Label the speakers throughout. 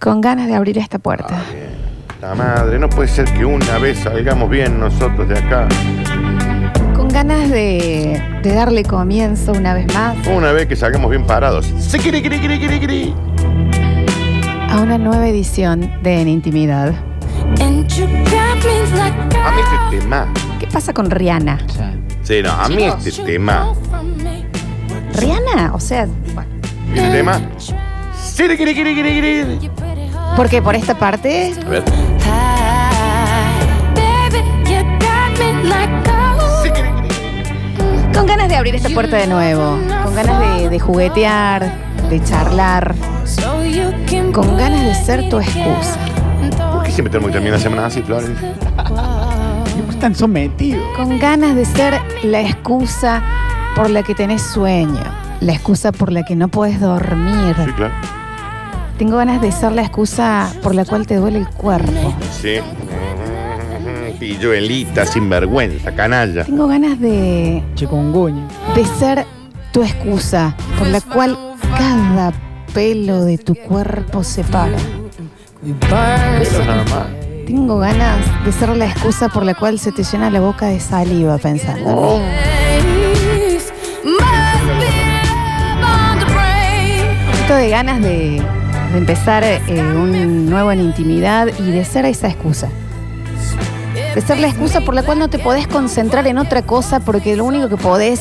Speaker 1: con ganas de abrir esta puerta.
Speaker 2: La madre, no puede ser que una vez salgamos bien nosotros de acá.
Speaker 1: Con ganas de, de darle comienzo una vez más
Speaker 2: Una vez que salgamos bien parados. Siquiriquiriquiriquiri.
Speaker 1: a una nueva edición de En Intimidad.
Speaker 3: And you got me like
Speaker 2: A mí este tema.
Speaker 1: ¿Qué pasa con Rihanna?
Speaker 2: Sí, no, a mí este tema.
Speaker 1: Rihanna, o sea, bueno,
Speaker 2: ¿Y el tema? Siquiriquiriquiriquiri.
Speaker 1: porque por esta parte
Speaker 2: A ver.
Speaker 1: Con ganas de abrir esta puerta de nuevo, con ganas de, de juguetear, de charlar, con ganas de ser tu excusa,
Speaker 2: ¿Por qué siempre tenemos que terminar la semana así, Flores?
Speaker 4: Están sometidos.
Speaker 1: con ganas de ser la excusa por la que tenés sueño, la excusa por la que no puedes dormir.
Speaker 2: Sí, claro.
Speaker 1: Tengo ganas de ser la excusa por la cual te duele el cuerpo.
Speaker 2: Sí. Y Joelita, sinvergüenza, canalla.
Speaker 1: Tengo ganas de,
Speaker 4: Chikungunya.
Speaker 1: de ser tu excusa por la cual cada pelo de tu cuerpo se paga.
Speaker 2: Pero nada más.
Speaker 1: Tengo ganas de ser la excusa por la cual se te llena la boca de saliva pensando. Esto de ganas de, de empezar eh, un nuevo en intimidad y de ser esa excusa. De ser la excusa por la cual no te podés concentrar en otra cosa porque lo único que podés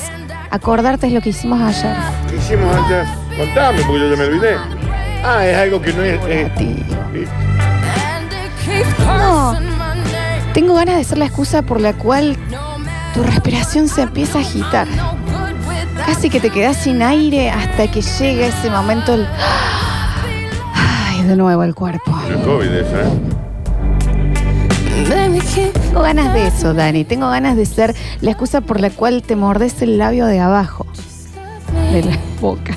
Speaker 1: acordarte es lo que hicimos ayer.
Speaker 2: ¿Qué hicimos antes? Contame, porque yo ya me olvidé. Ah, es algo que no es. eh, eh,
Speaker 1: No. Tengo ganas de ser la excusa por la cual tu respiración se empieza a agitar. Casi que te quedas sin aire hasta que llega ese momento el... Ay, de nuevo el cuerpo.
Speaker 2: el COVID, eso, ¿eh?
Speaker 1: Tengo ganas de eso, Dani. Tengo ganas de ser la excusa por la cual te mordes el labio de abajo de la boca.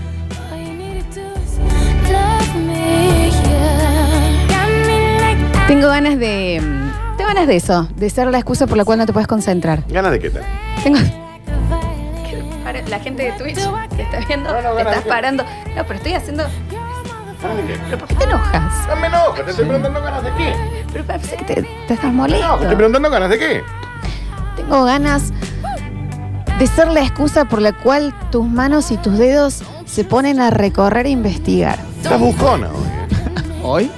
Speaker 1: Tengo ganas de. mm, Tengo ganas de eso, de ser la excusa por la cual no te puedes concentrar.
Speaker 2: ¿Ganas de qué tal?
Speaker 1: Tengo. Para La gente de Twitch te está viendo, te estás parando. No, pero estoy haciendo.
Speaker 2: ¿Ganas de qué?
Speaker 1: ¿Pero por qué te enojas?
Speaker 2: No me enojas, te estoy preguntando ganas de qué.
Speaker 1: Pero parece que te, te estás
Speaker 2: No, te estoy
Speaker 1: molesto.
Speaker 2: preguntando ganas de qué.
Speaker 1: Tengo ganas de ser la excusa por la cual tus manos y tus dedos se ponen a recorrer e investigar.
Speaker 2: Estás buscona, oye.
Speaker 4: ¿Hoy?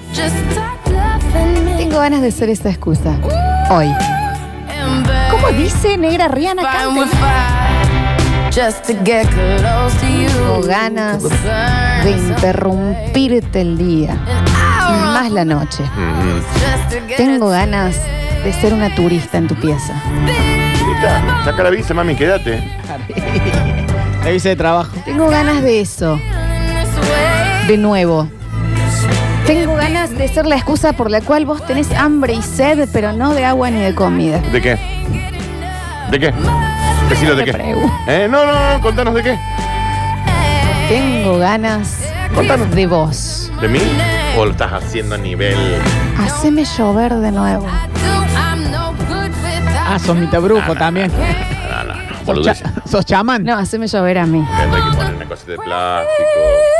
Speaker 1: Tengo ganas de ser esa excusa. Hoy. ¿Cómo dice Negra Rihanna Cante? Tengo ganas de interrumpirte el día y más la noche. Tengo ganas de ser una turista en tu pieza.
Speaker 2: Lista, saca la visa, mami, quédate.
Speaker 4: La visa de trabajo.
Speaker 1: Tengo ganas de eso. De nuevo. Tengo ganas de ser la excusa por la cual vos tenés hambre y sed, pero no de agua ni de comida.
Speaker 2: ¿De qué? ¿De qué? Decilo de
Speaker 1: Te
Speaker 2: qué.
Speaker 1: pregunto.
Speaker 2: Eh, no, no, no, contanos de qué.
Speaker 1: Tengo ganas
Speaker 2: Contanos.
Speaker 1: de vos.
Speaker 2: ¿De mí? ¿O lo estás haciendo a nivel?
Speaker 1: Haceme llover de nuevo.
Speaker 4: Ah, sos mitad brujo también.
Speaker 2: No, no, no,
Speaker 4: Sos,
Speaker 2: boludez.
Speaker 4: cha- sos chamán.
Speaker 1: No, haceme llover a mí.
Speaker 2: Hay que poner una cosa de plástico.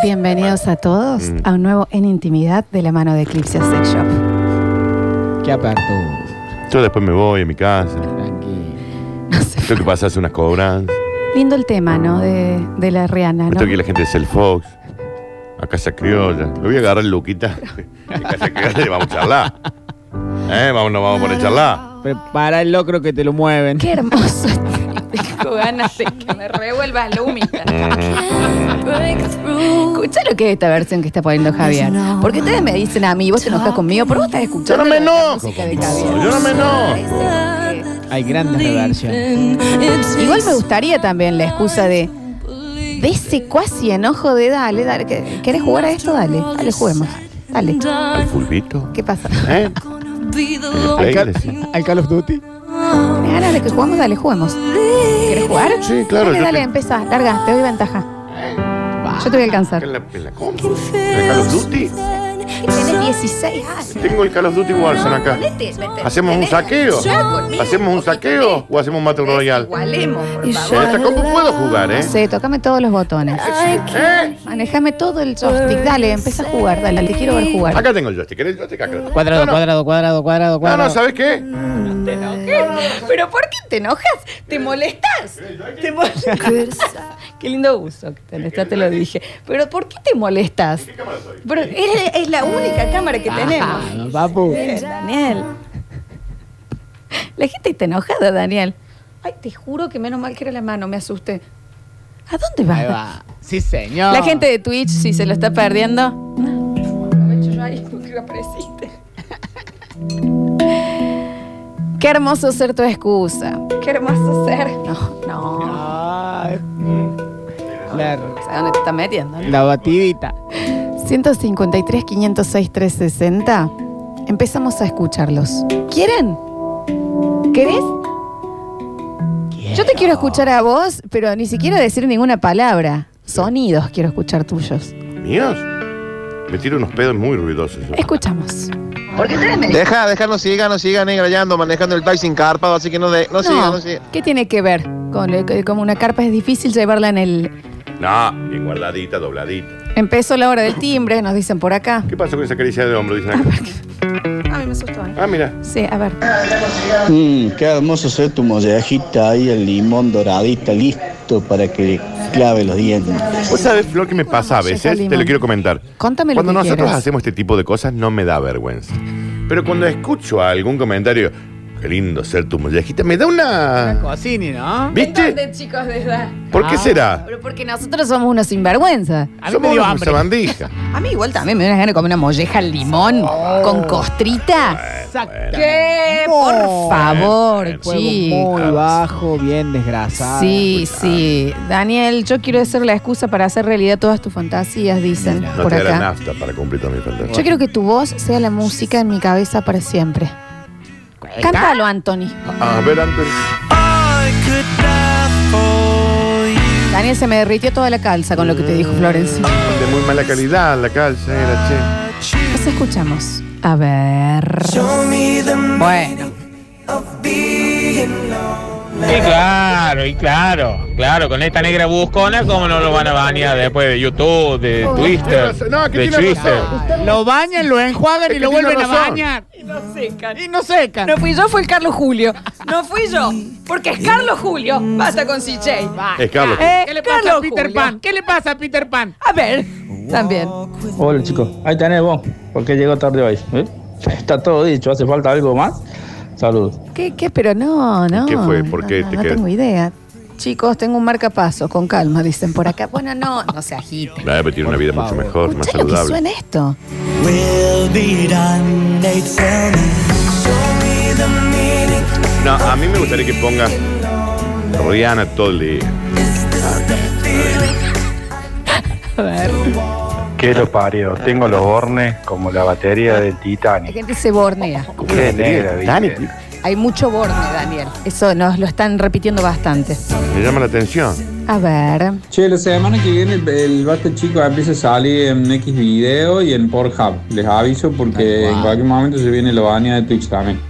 Speaker 1: Bienvenidos a todos
Speaker 2: Mm.
Speaker 1: a un nuevo En Intimidad de la mano de Eclipse Sex Shop.
Speaker 4: Qué apertura.
Speaker 2: Yo después me voy a mi casa.
Speaker 4: Tranquilo.
Speaker 1: No sé.
Speaker 2: Tengo que pasar a hacer unas cobranzas.
Speaker 1: Lindo el tema, ¿no? De, de la Rihanna,
Speaker 2: Me
Speaker 1: ¿no?
Speaker 2: tengo que ir a la gente de Cell Fox. A Casa Criolla. Lo voy a agarrar, Luquita. De Casa Criolla y vamos a charlar. ¿Eh? Vamos, nos vamos a poner a charlar.
Speaker 4: Prepara el locro que te lo mueven.
Speaker 1: Qué hermoso. Tengo ganas de que me revuelvas la humita.
Speaker 2: Ah.
Speaker 1: Escucha lo que es esta versión que está poniendo Javier. Porque ustedes me dicen a mí, vos te enojas conmigo, pero vos estás
Speaker 2: Yo
Speaker 1: escuchando
Speaker 2: no me
Speaker 1: la
Speaker 2: enojo.
Speaker 1: música de Javier.
Speaker 2: Yo no me enojo.
Speaker 4: Hay grandes reversiones.
Speaker 1: Igual me gustaría también la excusa de. De ese cuasi enojo de dale, dale, que- ¿querés jugar a esto? Dale, dale, juguemos. Dale.
Speaker 2: Al fulbito.
Speaker 1: ¿Qué pasa?
Speaker 2: ¿Eh?
Speaker 4: Al,
Speaker 2: Play,
Speaker 4: Cal-
Speaker 2: decía.
Speaker 4: al Call of Duty.
Speaker 1: Me ganas de que jugamos, dale, juguemos. ¿Querés jugar?
Speaker 2: Sí, claro,
Speaker 1: Dale,
Speaker 2: yo
Speaker 1: dale,
Speaker 2: te-
Speaker 1: empezá, larga, te doy ventaja. Yo te voy a alcanzar.
Speaker 2: ¿En la, en la compu? ¿En la Call of Duty?
Speaker 1: Tenés 16 años.
Speaker 2: Tengo el Call of Duty Warzone acá.
Speaker 1: Ponete, vete.
Speaker 2: ¿Hacemos un
Speaker 1: Tenés-
Speaker 2: saqueo?
Speaker 1: Claro.
Speaker 2: ¿Hacemos un saqueo o hacemos un Battle Royale?
Speaker 1: Igualemos, por
Speaker 2: En
Speaker 1: favor.
Speaker 2: esta compu puedo jugar,
Speaker 1: No
Speaker 2: ¿eh?
Speaker 1: sé, tocame todos los botones.
Speaker 2: ¿Eh?
Speaker 1: Manejame todo el joystick. Dale, empieza a jugar, dale, te quiero ver jugar.
Speaker 2: Acá tengo el joystick. ¿Querés el joystick? Acá lo tengo.
Speaker 4: Cuadrado,
Speaker 2: No, no.
Speaker 4: cuadrado, cuadrado, cuadrado,
Speaker 2: No,
Speaker 4: cuadrado.
Speaker 2: no, ¿sabes qué?
Speaker 1: ¿Pero por qué te enojas? ¿Te molestas? ¿Te molestas? qué lindo uso que tenés, ya te lo dije. ¿Pero por qué te molestas? Pero es, es la única cámara que tenemos.
Speaker 4: Ah, papu.
Speaker 1: Eh, Daniel. La gente está enojada, Daniel. Ay, te juro que menos mal que era la mano, me asusté. ¿A dónde vas?
Speaker 4: Ahí va. Sí, señor.
Speaker 1: La gente de Twitch, si se lo está perdiendo. Aprovecho yo ahí porque lo apareciste. Qué hermoso ser tu excusa. Qué hermoso ser. No, no.
Speaker 4: Ay, claro.
Speaker 1: ¿Sabes dónde te estás metiendo?
Speaker 4: La batidita.
Speaker 1: 153, 506, 360. Empezamos a escucharlos. ¿Quieren? ¿Querés? Yo te quiero escuchar a vos, pero ni siquiera decir ninguna palabra. Sonidos quiero escuchar tuyos.
Speaker 2: ¿Míos? Me tiro unos pedos muy ruidosos.
Speaker 1: Escuchamos.
Speaker 5: Deja, deja, no siga, no siga, negra, ya ando manejando el taxi encarpado, así que no, de, no, siga, no siga.
Speaker 1: ¿Qué tiene que ver con el- que como una carpa es difícil llevarla en el
Speaker 2: No, bien guardadita, dobladita.
Speaker 1: empezó la hora del timbre, nos dicen por acá.
Speaker 2: ¿Qué pasó con esa caricia de hombro? Dicen acá.
Speaker 1: A mí me asustó. ¿eh?
Speaker 2: Ah, mira.
Speaker 1: Sí, a ver.
Speaker 6: Mmm, qué hermoso ser tu mollejita ahí, el limón doradita, listo para que le clave los dientes.
Speaker 2: Vos sabés, Flor, que me pasa a veces, te lo quiero comentar.
Speaker 1: Contame lo
Speaker 2: Cuando
Speaker 1: que
Speaker 2: nosotros
Speaker 1: quieras.
Speaker 2: hacemos este tipo de cosas no me da vergüenza. Pero cuando escucho algún comentario, qué lindo ser tu mollejita, me da
Speaker 4: Una
Speaker 2: una...
Speaker 4: cocini, ¿no?
Speaker 2: ¿Viste?
Speaker 1: chicos de edad?
Speaker 2: ¿Por qué
Speaker 4: Ah.
Speaker 2: será?
Speaker 1: Pero porque nosotros somos unos sinvergüenza.
Speaker 4: A mí me
Speaker 2: Somos
Speaker 4: dio
Speaker 2: una
Speaker 4: hambre.
Speaker 2: musabandija.
Speaker 1: A mí igual también me dan ganas de comer una molleja al limón con costrita.
Speaker 4: Exacto.
Speaker 1: ¿Qué? Por favor,
Speaker 2: Bueno,
Speaker 4: Fuego
Speaker 1: chicos.
Speaker 4: muy bajo, bien desgrasado.
Speaker 1: Sí, sí. Daniel, yo quiero ser la excusa para hacer realidad todas tus fantasías, dicen
Speaker 2: No
Speaker 1: por
Speaker 2: te hará
Speaker 1: acá.
Speaker 2: nafta para cumplir toda mi
Speaker 1: Yo
Speaker 2: fantasía.
Speaker 1: quiero que tu voz sea la música en mi cabeza para siempre. Cántalo, Anthony.
Speaker 2: Ah, A ver, antes...
Speaker 1: Daniel se me derritió toda la calza con lo que te dijo Florencia.
Speaker 2: De muy mala calidad la calcera, che.
Speaker 1: Nos escuchamos. A ver. Bueno,
Speaker 7: Y claro, y claro, claro, con esta negra buscona, ¿cómo no lo van a bañar después de YouTube, de
Speaker 8: Eh,
Speaker 7: Twitter,
Speaker 2: tiene razón. Oh, No, que
Speaker 7: de
Speaker 2: tiene
Speaker 7: Twitter?
Speaker 2: razón.
Speaker 4: Lo bañan, lo
Speaker 2: Es
Speaker 4: enjuagan y
Speaker 2: que
Speaker 4: lo
Speaker 2: tiene
Speaker 4: vuelven a
Speaker 2: razón.
Speaker 4: bañar. Y no secan. Y no secan.
Speaker 1: No fui yo, fue el Carlos Julio. No fui yo, porque es Carlos Julio. Basta con CJ.
Speaker 2: Es Carlos.
Speaker 1: Eh,
Speaker 4: ¿Qué le pasa
Speaker 1: Carlos
Speaker 4: a Peter
Speaker 1: Julio.
Speaker 4: Pan? ¿Qué le pasa a Peter Pan?
Speaker 1: A ver, también.
Speaker 9: Hola chicos, ahí tenés vos, porque llegó tarde hoy. ¿eh? Está todo dicho, ¿hace falta algo más? Saludos.
Speaker 1: ¿Qué, qué? Pero no, no.
Speaker 2: ¿Qué fue? ¿Por qué
Speaker 1: No,
Speaker 2: te
Speaker 1: no
Speaker 2: quedas?
Speaker 1: tengo idea. Chicos, tengo un marcapaso, con calma, dicen por acá. Bueno, no, no se agite.
Speaker 2: Va a tiene una vida mucho mejor, más
Speaker 1: Escuchá lo que
Speaker 2: saludable.
Speaker 1: suena esto.
Speaker 2: No, a mí me gustaría que pongas Rihanna todo el día.
Speaker 1: A ver.
Speaker 10: ¿Qué lo parió? Tengo los bornes como la batería del
Speaker 1: La
Speaker 10: Titanic.
Speaker 1: gente se bornea.
Speaker 10: Qué negra, ¿viste?
Speaker 1: Hay mucho borne, Daniel. Eso nos lo están repitiendo bastante.
Speaker 2: Me llama la atención.
Speaker 1: A ver.
Speaker 8: Che, la semana que viene el, el Basta Chico empieza a salir en X video y en Pornhub. Les aviso porque en cualquier momento se viene la baña de Twitch también.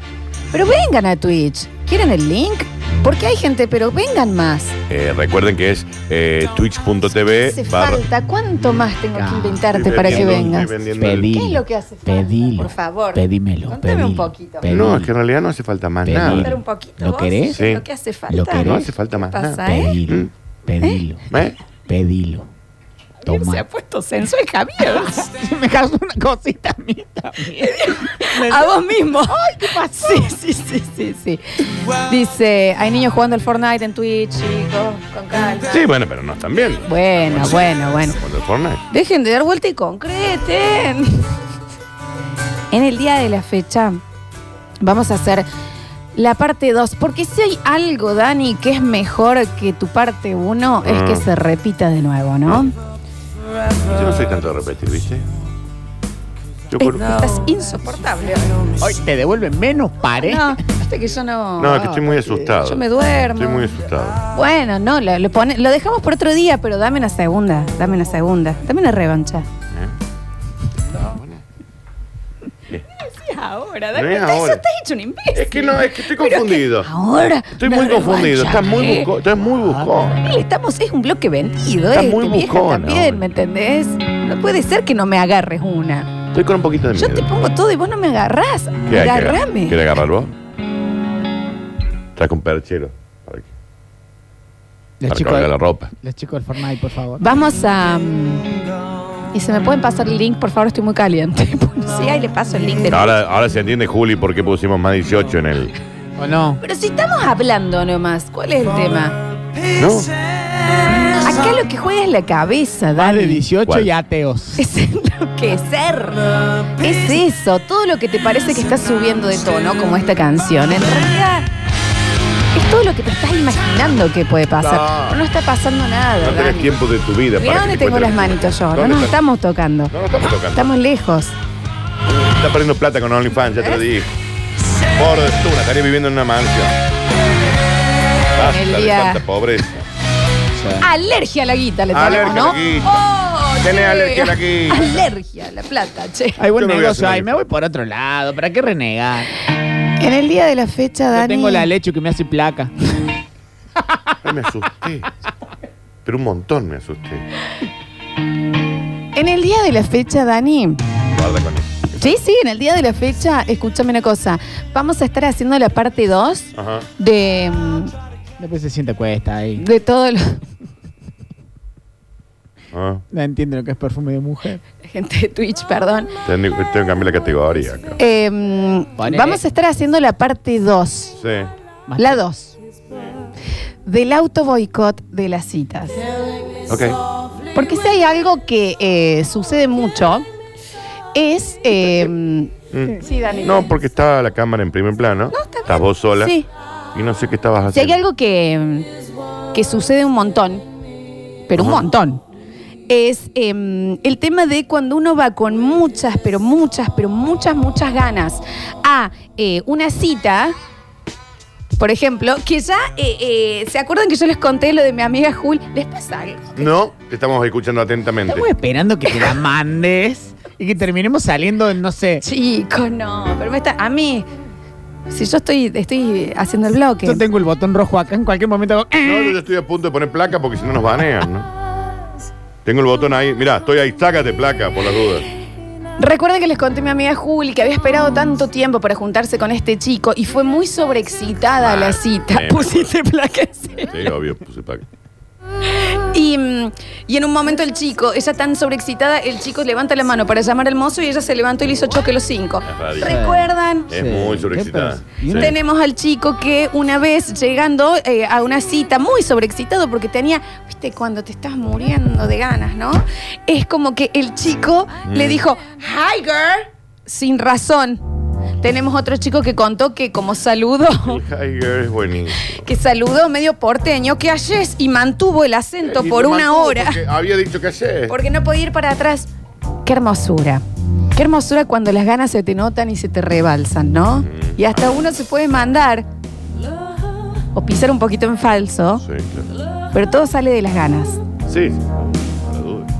Speaker 1: Pero vengan a Twitch. ¿Quieren el link? Porque hay gente, pero vengan más.
Speaker 2: Eh, recuerden que es eh,
Speaker 1: Hace
Speaker 2: twitch.tv barra.
Speaker 1: falta. ¿Cuánto más tengo que
Speaker 4: Ah,
Speaker 1: inventarte para que
Speaker 2: Estoy vendiendo-
Speaker 1: vengas?
Speaker 2: estoy vendiendo el-
Speaker 4: Pedí.
Speaker 1: ¿Qué es lo que hace falta?
Speaker 4: Pedilo.
Speaker 1: Por favor.
Speaker 4: Pedímelo.
Speaker 1: Contame
Speaker 4: pedilo,
Speaker 1: un poquito.
Speaker 4: pedilo.
Speaker 2: No, es que en realidad no hace falta más
Speaker 4: Pedí.
Speaker 1: Contar
Speaker 2: nada.
Speaker 1: un poquito
Speaker 4: ¿Lo
Speaker 1: vos?
Speaker 4: querés?
Speaker 1: ¿Qué es
Speaker 2: Sí.
Speaker 1: Lo que hace falta.
Speaker 4: ¿Lo querés?
Speaker 2: No hace falta más
Speaker 1: pasa,
Speaker 2: nada.
Speaker 1: ¿eh?
Speaker 4: Pedilo.
Speaker 2: ¿Eh?
Speaker 4: Pedilo.
Speaker 2: ¿Eh?
Speaker 4: Pedilo.
Speaker 1: Javier se ha
Speaker 4: Toma.
Speaker 1: puesto sensual, Javier.
Speaker 4: Me causó una cosita a mí también.
Speaker 1: A vos mismo. Ay, ¿qué pasó? Sí, sí, sí, sí, sí. Dice, hay niños jugando al Fortnite en Twitch, chicos, con calma.
Speaker 2: Sí, bueno, pero no están bien.
Speaker 1: Bueno, bueno, bueno.
Speaker 2: Cuando el Fortnite.
Speaker 1: Dejen de dar vuelta y concreten. En el día de la fecha vamos a hacer la parte 2, porque si hay algo, Dani, que es mejor que tu parte 1, es que
Speaker 2: Mm.
Speaker 1: se repita de nuevo, ¿no?
Speaker 2: Yo no soy tanto de repetir, ¿viste? Yo
Speaker 1: Eh,
Speaker 2: por- No,
Speaker 1: Estás insoportable.
Speaker 4: Hoy te devuelven menos pares.
Speaker 1: No, viste que yo no...
Speaker 2: es que estoy muy asustado.
Speaker 1: Yo me duermo.
Speaker 2: Estoy muy asustado.
Speaker 1: Bueno, no, lo, lo pone- lo dejamos por otro día, pero dame una
Speaker 2: ¿eh?
Speaker 1: segunda, dame una segunda, dame una revancha.
Speaker 2: qué?
Speaker 1: Sí, ahora,
Speaker 2: No es
Speaker 1: Daniel,
Speaker 2: ahora.
Speaker 1: eso te has hecho un imbécil.
Speaker 2: Es que no, es que estoy
Speaker 1: Pero
Speaker 2: confundido.
Speaker 1: ahora eh.
Speaker 2: Estoy
Speaker 1: me
Speaker 2: muy confundido. Estás muy
Speaker 1: revancharé.
Speaker 2: buscón. Estás muy buscón.
Speaker 1: Daniel, Estamos, es un bloque vendido,
Speaker 2: Está
Speaker 1: este,
Speaker 2: muy
Speaker 1: vieja,
Speaker 2: buscona,
Speaker 1: también,
Speaker 2: hombre.
Speaker 1: ¿me entendés? No puede ser que no me agarres una.
Speaker 2: Estoy con un poquito de
Speaker 1: Yo
Speaker 2: miedo.
Speaker 1: te pongo todo y vos no me agarrás.
Speaker 2: ¿Qué hay que agarrar?
Speaker 1: Agarrame.
Speaker 2: ¿Quieres agarrar vos? Trae con perchero. Para que,
Speaker 4: Los
Speaker 2: para que
Speaker 4: chicos,
Speaker 2: valga la
Speaker 4: del-
Speaker 2: ropa.
Speaker 4: los chicos del Fortnite, por favor.
Speaker 1: Vamos a. mm, Y se me pueden pasar el link, por favor, estoy muy caliente. sí, ahí le paso el link de.
Speaker 2: Ahora, ahora se entiende, Juli, por qué pusimos más 18 en el.
Speaker 4: ¿O no?
Speaker 1: Pero si estamos hablando nomás, ¿cuál es el tema?
Speaker 2: ¿No?
Speaker 1: Acá lo que juega es la cabeza,
Speaker 4: Más de
Speaker 1: Dani.
Speaker 4: 18
Speaker 2: ¿Cuál?
Speaker 4: y ateos.
Speaker 1: Es enloquecer. Es eso, todo lo que te parece que estás subiendo de tono, como esta canción. En realidad, es todo lo que te estás imaginando que puede pasar.
Speaker 2: No.
Speaker 1: Pero no está pasando nada,
Speaker 2: No tenés
Speaker 1: Dani.
Speaker 2: tiempo de tu vida.
Speaker 1: Mirá
Speaker 2: para que
Speaker 1: dónde
Speaker 2: te
Speaker 1: tengo las
Speaker 2: cuenten-
Speaker 1: manitos yo. No
Speaker 2: ¿Dónde
Speaker 1: nos
Speaker 2: está?
Speaker 1: estamos tocando.
Speaker 2: No nos estamos tocando.
Speaker 1: Estamos lejos.
Speaker 2: Está perdiendo plata con OnlyFans, ya te lo dije. Fortuna, estaría viviendo en una mansión. Basta
Speaker 1: el
Speaker 2: de
Speaker 1: día-
Speaker 2: tanta pobreza.
Speaker 1: Alergia a la guita le tenemos,
Speaker 2: Alergia a la
Speaker 1: ¿no?
Speaker 2: guita.
Speaker 1: Oh,
Speaker 2: Tenés
Speaker 1: che.
Speaker 2: alergia a la guita.
Speaker 1: Alergia a la plata, che.
Speaker 4: Hay buen
Speaker 2: Yo no voy a hacer
Speaker 4: negocio ahí.
Speaker 2: una
Speaker 4: Me voy por otro lado. ¿Para qué renegar?
Speaker 1: En el día de la fecha,
Speaker 4: Yo
Speaker 1: Dani.
Speaker 4: tengo la leche que me hace placa.
Speaker 2: Ay, me asusté. Pero un montón me asusté.
Speaker 1: En el día de la fecha, Dani.
Speaker 2: Guarda con eso.
Speaker 1: Sí, sí, en el día de la fecha, escúchame una cosa. Vamos a estar haciendo la parte 2
Speaker 2: Ajá.
Speaker 1: de, mm,
Speaker 4: Después se sienta cuesta ahí.
Speaker 1: de todo lo.
Speaker 2: Ah,
Speaker 4: No entiende lo que es perfume de mujer.
Speaker 1: Gente de Twitch, perdón.
Speaker 2: tengo, tengo que cambiar la categoría acá.
Speaker 1: Eh, mm,
Speaker 4: Ponele.
Speaker 1: vamos a estar haciendo la parte 2.
Speaker 2: Sí.
Speaker 4: Más
Speaker 1: La 2. Del auto boicot de las citas.
Speaker 2: Ok.
Speaker 1: Porque si hay algo que eh, sucede mucho, es. eh,
Speaker 2: Mm.
Speaker 1: sí, Dani.
Speaker 2: No, porque estaba la cámara en primer plano.
Speaker 1: está
Speaker 2: Estás vos sola.
Speaker 1: Sí.
Speaker 2: Y no sé qué estabas
Speaker 1: Si hay
Speaker 2: haciendo.
Speaker 1: algo que, que sucede un montón, pero un
Speaker 2: Ajá.
Speaker 1: montón, es em, el tema de cuando uno va con muchas, pero muchas, pero muchas, muchas ganas a eh, una cita. Por ejemplo, que ya, eh, eh, ¿se acuerdan que yo les conté lo de mi amiga Jul? ¿Les pasa algo?
Speaker 2: No, te estamos escuchando atentamente.
Speaker 4: Estamos esperando que te la mandes y que terminemos saliendo, en, no sé.
Speaker 1: Chicos, no, pero me está, a mí, si yo estoy, estoy haciendo el bloque.
Speaker 4: Yo tengo el botón rojo acá, en cualquier momento hago. "Eh".
Speaker 2: No, yo ya estoy a punto de poner placa porque si no nos banean, ¿no? Tengo el botón ahí. Mirá, estoy ahí. Sácate placa, por las dudas.
Speaker 1: Recuerden que les conté a mi amiga Juli que había esperado tanto tiempo para juntarse con este chico y fue muy sobreexcitada la cita.
Speaker 2: bien.
Speaker 1: Pusiste placa en serio.
Speaker 2: Sí, obvio, puse placa.
Speaker 1: y, mm, y en un momento el chico, ella tan sobreexcitada, el chico levanta la mano para llamar al mozo y ella se levantó y le hizo choque los cinco.
Speaker 2: Es rarísimo.
Speaker 1: ¿Recuerdan?
Speaker 2: Es muy sobreexcitada.
Speaker 4: ¿Qué
Speaker 2: Sí.
Speaker 4: pasa?
Speaker 1: Tenemos al chico que una vez llegando eh, a una cita muy sobreexcitado porque tenía, viste, cuando te estás muriendo de ganas, ¿no? Es como que el chico
Speaker 2: Mm.
Speaker 1: le dijo, hi girl, sin razón. Tenemos otro chico que contó que como saludo,
Speaker 2: El Tiger es buenísimo.
Speaker 1: que saludó medio porteño, que ayer y mantuvo el acento
Speaker 2: Y
Speaker 1: por
Speaker 2: lo
Speaker 1: una
Speaker 2: mantuvo
Speaker 1: hora
Speaker 2: porque Había dicho que ayer.
Speaker 1: porque no podía ir para atrás. Qué hermosura. Qué hermosura cuando las ganas se te notan y se te rebalsan, ¿no? Y hasta uno se puede mandar o pisar un poquito en falso,
Speaker 2: Sí, claro.
Speaker 1: pero todo sale de las ganas.
Speaker 2: Sí, no lo dudes.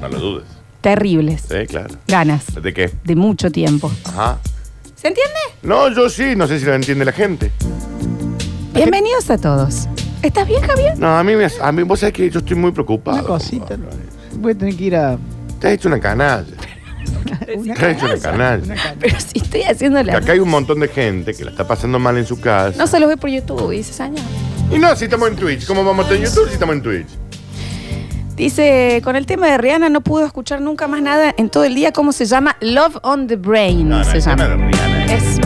Speaker 2: No lo dudes.
Speaker 1: Terribles.
Speaker 2: Sí, claro.
Speaker 1: Ganas
Speaker 2: ¿De qué?
Speaker 1: de mucho tiempo.
Speaker 2: Ajá.
Speaker 1: ¿Se entiende?
Speaker 2: No, yo sí, no sé si lo entiende la gente.
Speaker 1: Bienvenidos a todos. ¿Estás bien, Javier?
Speaker 2: No, a mí, me, a mí vos sabés que yo estoy muy preocupado.
Speaker 4: Una cosita. ¿no? Voy a tener que ir a.
Speaker 2: Te has hecho una canalla.
Speaker 4: Una
Speaker 2: Te has hecho una canalla.
Speaker 1: Pero si estoy haciendo
Speaker 2: Que
Speaker 1: la...
Speaker 2: acá hay un montón de gente que la está pasando mal en su casa.
Speaker 1: No se los ve por YouTube, dice Saña.
Speaker 2: Y no, si estamos en Twitch. ¿Cómo vamos a estar en YouTube si estamos en Twitch?
Speaker 1: Dice, con el tema de Rihanna no pudo escuchar nunca más nada en todo el día. ¿Cómo se llama? Love on the Brain
Speaker 2: Ah, No, no,
Speaker 1: se
Speaker 2: el tema
Speaker 1: llama.
Speaker 2: de Rihanna es-
Speaker 1: Es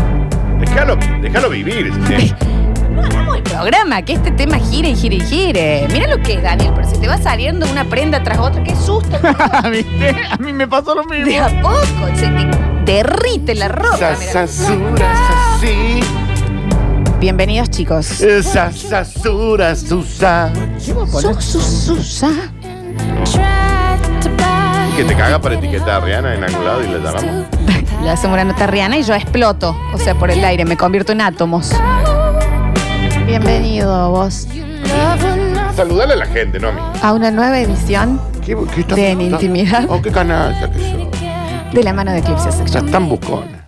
Speaker 2: Déjalo, déjalo vivir. che.
Speaker 1: Hagamos el programa, que este tema gire y gire y gire. Mira lo que es, Daniel, pero se te va saliendo una prenda tras otra. ¡Qué susto!
Speaker 4: ¿Viste? A mí me pasó lo mismo.
Speaker 1: De a poco, se te derrite la ropa. mira.
Speaker 2: Sasasura, sasí.
Speaker 1: Bienvenidos, chicos.
Speaker 2: Sasasura, susa.
Speaker 1: Su, su, su, sa.
Speaker 2: Que te caga para etiquetar a Rihanna en algún lado y la llamamos.
Speaker 1: Le hacemos una nota a Rihanna y yo exploto. O sea, por el aire, me convierto en átomos. Bienvenido vos
Speaker 2: Saludale a la gente, no a mí.
Speaker 1: a una nueva edición
Speaker 2: ¿Qué, qué
Speaker 1: De en intimidad.
Speaker 2: Oh, qué canalla que sos.
Speaker 1: de La Mano de Eclipse Sexual.
Speaker 2: Estás tan bucona.